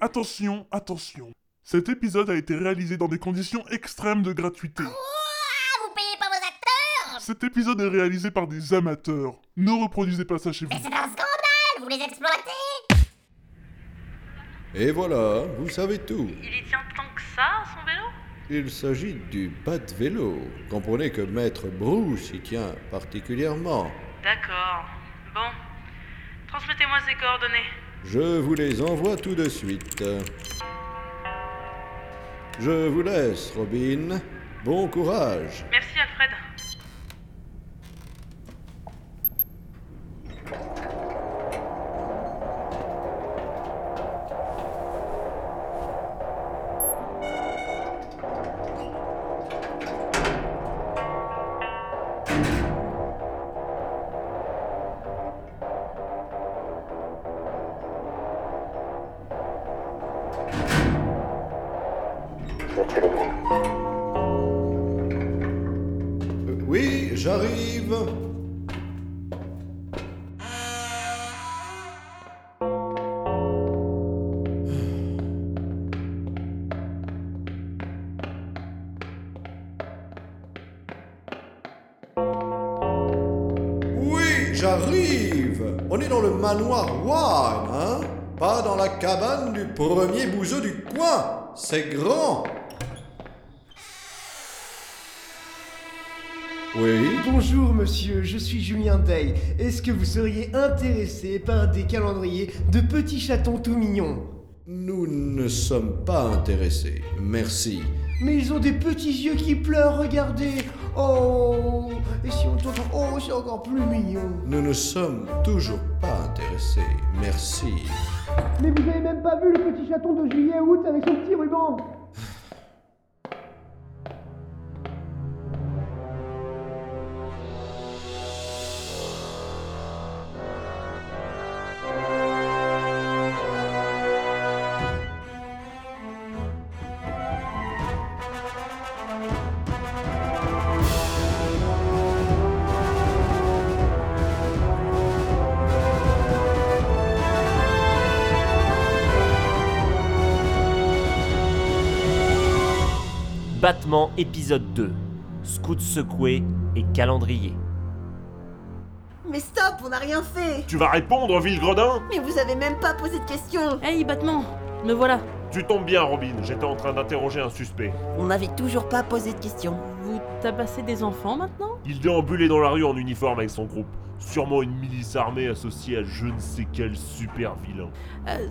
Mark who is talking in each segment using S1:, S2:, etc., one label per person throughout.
S1: Attention, attention. Cet épisode a été réalisé dans des conditions extrêmes de gratuité.
S2: Ah, vous payez pas vos acteurs
S1: Cet épisode est réalisé par des amateurs. Ne reproduisez pas ça chez vous.
S2: Mais c'est un scandale Vous les exploitez
S3: Et voilà, vous savez tout.
S4: Il y tient tant que ça, son vélo
S3: Il s'agit du pas de vélo. Comprenez que Maître Bruce y tient particulièrement.
S4: D'accord. Bon. Transmettez-moi ses coordonnées.
S3: Je vous les envoie tout de suite. Je vous laisse, Robin. Bon courage.
S4: Merci, Alfred.
S3: Euh, Oui, j'arrive. Oui, j'arrive. On est dans le manoir Wine, hein Pas dans la cabane du premier bouseux du coin. C'est grand. Oui,
S5: Bonjour monsieur, je suis Julien Day. Est-ce que vous seriez intéressé par des calendriers de petits chatons tout mignons
S3: Nous ne sommes pas intéressés. Merci.
S5: Mais ils ont des petits yeux qui pleurent, regardez Oh Et si on t'entend Oh, c'est encore plus mignon
S3: Nous ne sommes toujours pas intéressés. Merci.
S5: Mais vous avez même pas vu le petit chaton de juillet-août avec son petit ruban
S6: Battement épisode 2. Scout secoué et calendrier.
S7: Mais stop, on n'a rien fait
S8: Tu vas répondre, Villegredin
S7: Mais vous avez même pas posé de questions
S9: Hey, battement Me voilà
S8: Tu tombes bien, Robin, j'étais en train d'interroger un suspect.
S7: On n'avait toujours pas posé de questions.
S9: Vous tabassez des enfants maintenant
S8: Il déambulait dans la rue en uniforme avec son groupe. Sûrement une milice armée associée à je ne sais quel super vilain.
S9: Euh,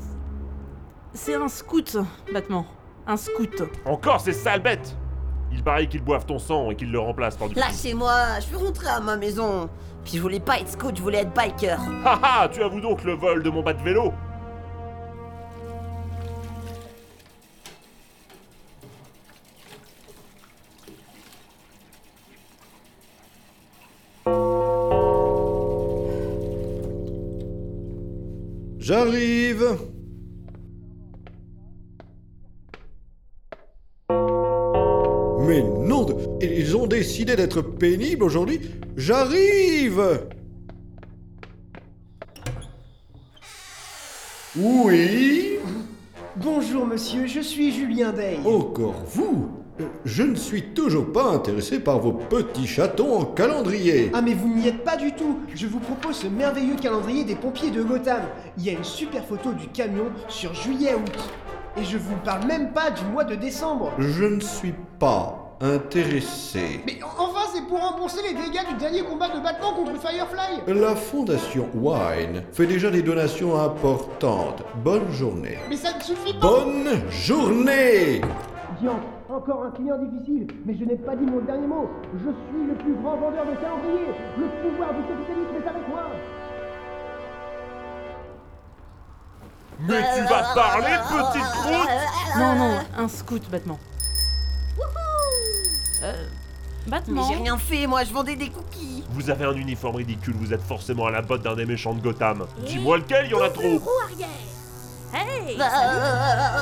S9: C'est un scout, battement. Un scout.
S8: Encore ces sales bêtes Il paraît qu'ils boivent ton sang et qu'ils le remplacent par du
S7: Lâchez-moi, je suis rentré à ma maison. Puis je voulais pas être scout, je voulais être biker.
S8: Haha, tu avoues donc le vol de mon bas de vélo
S3: J'arrive. Mais non, de- ils- ils ont décidé d'être pénibles aujourd'hui. J'arrive. Oui.
S5: Bonjour monsieur, je suis Julien Day.
S3: Encore vous Euh, Je ne suis toujours pas intéressé par vos petits chatons en calendrier.
S5: Ah mais vous n'y êtes pas du tout Je vous propose ce merveilleux calendrier des pompiers de Gotham. Il y a une super photo du camion sur juillet-août. Et je vous parle même pas du mois de décembre.
S3: Je ne suis pas intéressé.
S5: Mais en- enfin c'est pour rembourser les dégâts du dernier combat de Batman contre Firefly
S3: La fondation Wine fait déjà des donations importantes. Bonne journée.
S5: Mais ça ne suffit pas
S3: Bonne journée
S5: Diantre, encore un client difficile, mais je n'ai pas dit mon dernier mot. Je suis le plus grand vendeur de calendrier. Le pouvoir du capitalisme est avec moi.
S8: Mais tu vas parler, petite croûte
S9: Non, non, un scout, battement. Euh,
S7: Mais
S9: battement
S7: j'ai rien fait, moi, je vendais des cookies.
S8: Vous avez un uniforme ridicule, vous êtes forcément à la botte d'un des méchants de Gotham. Dis-moi lequel, il y en a trop
S9: Hey
S7: Ah,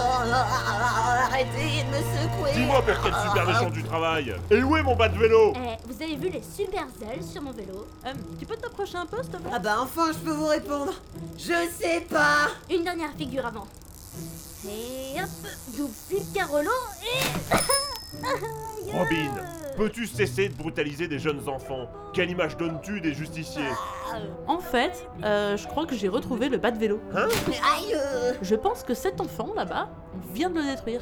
S7: Arrêtez de me secouer
S8: Dis-moi vers quel super méchant tu travailles Et où est mon bas de vélo
S10: Eh, vous avez vu les super ailes sur mon vélo
S9: Euh, Tu peux t'approcher un peu, s'il te plaît
S7: Ah bah enfin, je peux vous répondre. Je sais pas
S10: Une dernière figure avant. Et hop, double Carolo et. Yeah
S8: Robin, peux-tu cesser de brutaliser des jeunes enfants Quelle image donnes-tu des justiciers
S9: En fait, euh, je crois que j'ai retrouvé le bas de vélo.
S8: Hein
S7: Mais aïe euh,
S9: Je pense que cet enfant là-bas, on vient de le détruire.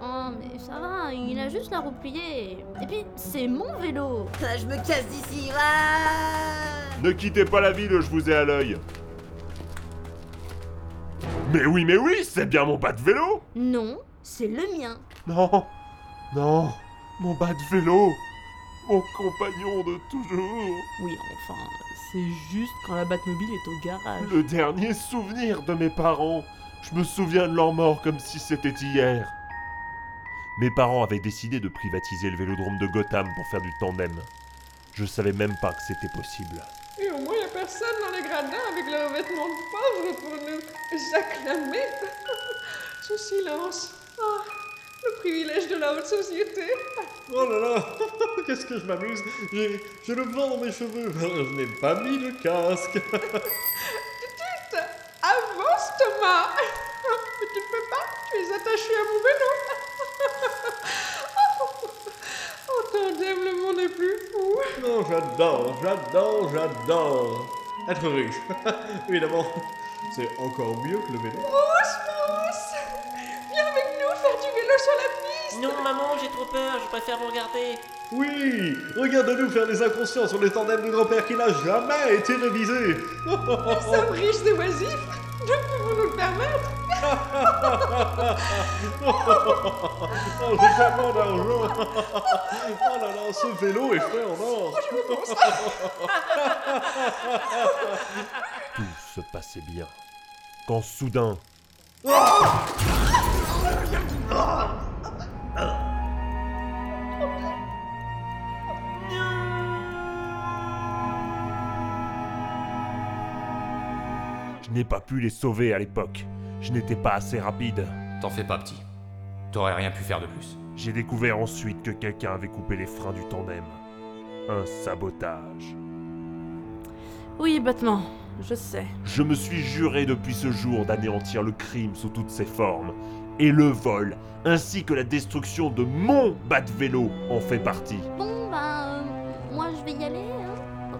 S10: Oh, mais ça va, il a juste la roue pliée. Et puis, c'est mon vélo.
S7: ah, Je me casse d'ici ah.
S8: Ne quittez pas la ville, je vous ai à l'œil. Mais oui, mais oui, c'est bien mon bas de vélo
S10: Non, c'est le mien.
S8: Non, non, mon bas de vélo Mon compagnon de toujours
S9: Oui, enfin, c'est juste quand la Batmobile est au garage.
S8: Le dernier souvenir de mes parents. Je me souviens de leur mort comme si c'était hier. Mes parents avaient décidé de privatiser le vélodrome de Gotham pour faire du tandem. Je savais même pas que c'était possible.
S11: Et au moins, il n'y a personne dans les gradins avec leurs vêtements de pauvre pour nous acclamer. Ce silence. Ah, le privilège de la haute société.
S3: Oh là là, qu'est-ce que je m'amuse J'ai j'ai le vent dans mes cheveux. Je n'ai pas mis le casque.
S11: Tut, avance, Thomas. Mais tu ne peux pas, tu es attaché à mon vélo. En tandem, le monde est plus fou.
S3: Non, j'adore, j'adore, j'adore. Être riche, évidemment, c'est encore mieux que le vélo.
S11: Pousse, pousse. Viens avec nous faire du vélo sur la piste.
S12: Non, maman, j'ai trop peur, je préfère vous regarder.
S3: Oui, regarde-nous faire les inconscients sur le tandem de grand-père qui n'a jamais été révisé.
S11: Nous sommes riches et oisifs. Nous pouvons nous le permettre.
S3: Oh, j'ai tellement d'argent. Oh là là, ce vélo est fait en or.
S8: Tout se passait bien. Quand soudain, je n'ai pas pu les sauver à l'époque. Je n'étais pas assez rapide.
S13: T'en fais pas, petit. T'aurais rien pu faire de plus.
S8: J'ai découvert ensuite que quelqu'un avait coupé les freins du tandem. Un sabotage.
S9: Oui, Batman, je sais.
S8: Je me suis juré depuis ce jour d'anéantir le crime sous toutes ses formes. Et le vol, ainsi que la destruction de mon bas de vélo en fait partie.
S10: Bon, bah, euh, moi je vais y aller. hein.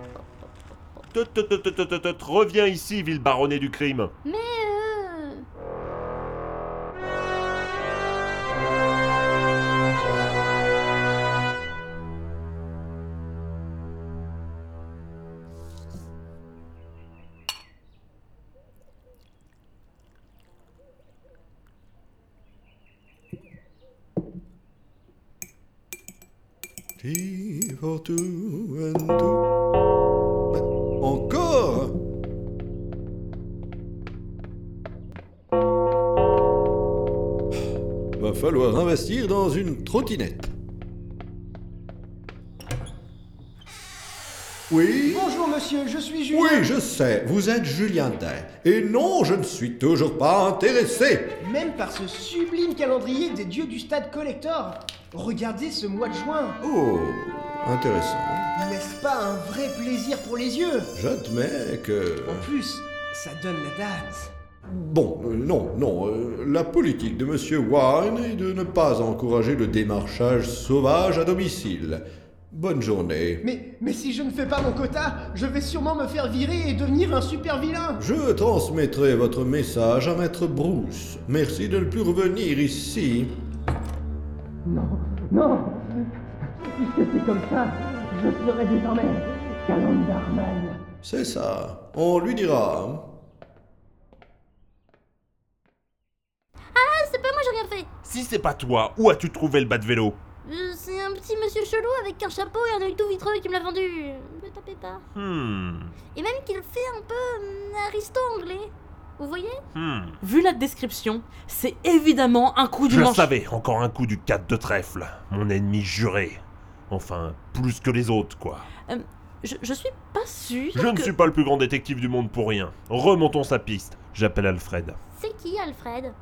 S8: Tut, tut, tut, tut, tut, tut, Reviens ici, ville baronnée du crime.
S10: Mais. euh,
S3: T for two and two. Encore Va falloir investir dans une trottinette. Oui
S5: Bonjour monsieur, je suis Julien.
S3: Oui, je sais, vous êtes Julien Day. Et non, je ne suis toujours pas intéressé.
S5: Même par ce sublime calendrier des dieux du stade collector. Regardez ce mois de juin.
S3: Oh, intéressant.
S5: N'est-ce pas un vrai plaisir pour les yeux
S3: J'admets que...
S5: En plus, ça donne la date.
S3: Bon, euh, non, non, euh, la politique de Monsieur Warren est de ne pas encourager le démarchage sauvage à domicile. Bonne journée.
S5: Mais, mais si je ne fais pas mon quota, je vais sûrement me faire virer et devenir un super vilain.
S3: Je transmettrai votre message à Maître Bruce. Merci de ne plus revenir ici.
S5: Non Puisque c'est comme ça, je serai désormais Calendarman.
S3: C'est ça. On lui dira.
S10: Ah, c'est pas moi, j'ai rien fait.
S8: Si c'est pas toi, où as-tu trouvé le bas de vélo
S10: Euh, c'est un petit monsieur chelou avec un chapeau et un œil tout vitreux qui me l'a vendu. Ne tapez pas.
S8: Hmm.
S10: Et même qu'il fait un peu hum, aristo anglais. Vous voyez
S8: Hmm.
S9: Vu la description, c'est évidemment un coup du
S8: Je le
S9: manche.
S8: savais, encore un coup du 4 de trèfle, mon ennemi juré. Enfin, plus que les autres, quoi.
S9: Euh, Je, je suis pas sûre
S8: Je ne
S9: que-
S8: suis pas le plus grand détective du monde pour rien. Remontons sa piste. J'appelle Alfred.
S10: C'est qui, Alfred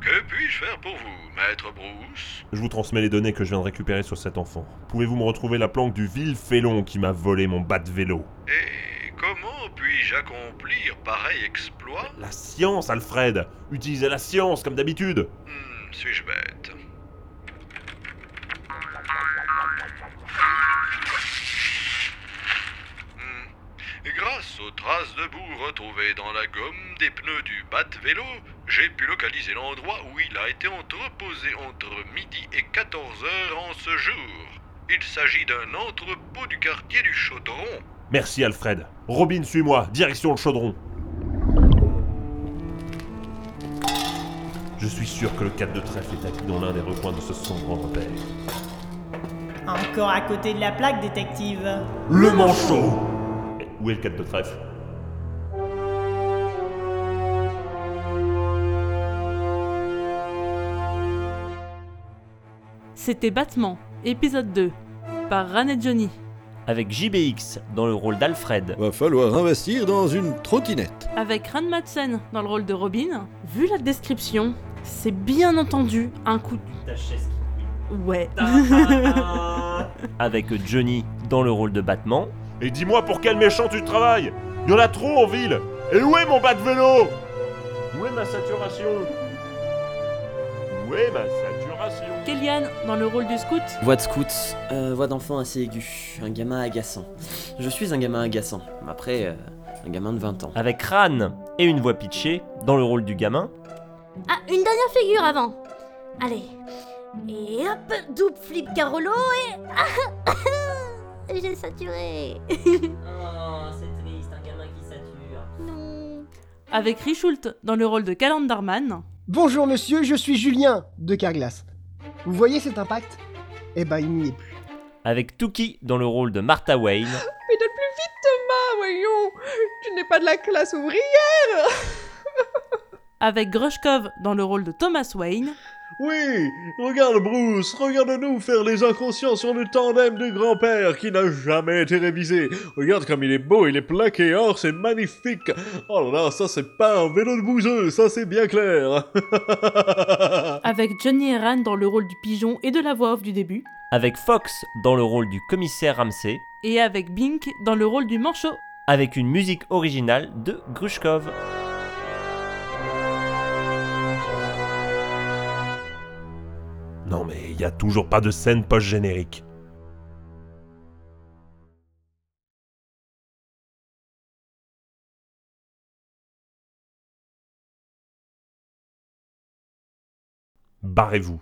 S3: Que puis-je faire pour vous, Maître Bruce
S8: Je vous transmets les données que je viens de récupérer sur cet enfant. Pouvez-vous me retrouver la planque du vil félon qui m'a volé mon bas de vélo
S3: Et Comment puis-je accomplir pareil exploit
S8: La science, Alfred Utilisez la science, comme d'habitude
S3: Hmm, Suis-je bête Hmm. Grâce aux traces de boue retrouvées dans la gomme des pneus du bat-vélo, j'ai pu localiser l'endroit où il a été entreposé entre midi et 14 heures en ce jour. Il s'agit d'un entrepôt du quartier du Chaudron.
S8: Merci, Alfred. Robin, suis-moi, Ah, direction le chaudron. Je suis sûr que le cap de trèfle est acquis dans l'un des recoins de ce sombre repère.
S14: Encore à côté de la plaque, détective.
S8: Le manchot Eh, Où est le cap de trèfle
S9: C'était Batman, épisode 2, par Ran et Johnny.
S6: Avec JBX dans le rôle d'Alfred.
S3: Va falloir investir dans une trottinette.
S9: Avec Ran Madsen dans le rôle de Robin. Vu la description, c'est bien entendu un coup
S8: Euh,
S9: de... Ouais.
S6: Avec Johnny dans le rôle de Batman.
S8: Et dis-moi pour quel méchant tu travailles Il y en a trop en ville Et où est mon bas de vélo Où est ma saturation Où est ma saturation
S9: Kellyanne dans le rôle du scout.
S12: Voix de scout, euh, voix d'enfant assez aiguë, un gamin agaçant. Je suis un gamin agaçant, après, euh, un gamin de 20 ans.
S6: Avec Ran et une voix pitchée dans le rôle du gamin.
S10: Ah, une dernière figure avant. Allez. Et hop, double flip Carolo et. Ah, J'ai saturé.
S12: Oh, c'est triste, un gamin qui sature.
S9: Avec Richult dans le rôle de Calendarman.
S5: Bonjour monsieur, je suis Julien de Carglass. Vous voyez cet impact Eh ben il n'y est plus.
S6: Avec Tuki dans le rôle de Martha
S11: Mais
S6: Wayne.
S11: donne plus vite, Thomas, voyons Tu n'es pas de la classe ouvrière
S9: Avec Grushkov dans le rôle de Thomas Wayne.
S15: Oui, regarde Bruce, regarde-nous faire les inconscients sur le tandem de grand-père qui n'a jamais été révisé. Regarde comme il est beau, il est plaqué or, c'est magnifique. Oh là là, ça c'est pas un vélo de bouseux, ça c'est bien clair.
S9: Avec Johnny et Ran dans le rôle du pigeon et de la voix off du début.
S6: Avec Fox dans le rôle du commissaire Ramsey.
S9: Et avec Bink dans le rôle du manchot.
S6: Avec une musique originale de Grushkov.
S8: Non mais il y a toujours pas de scène post-générique. Barrez-vous.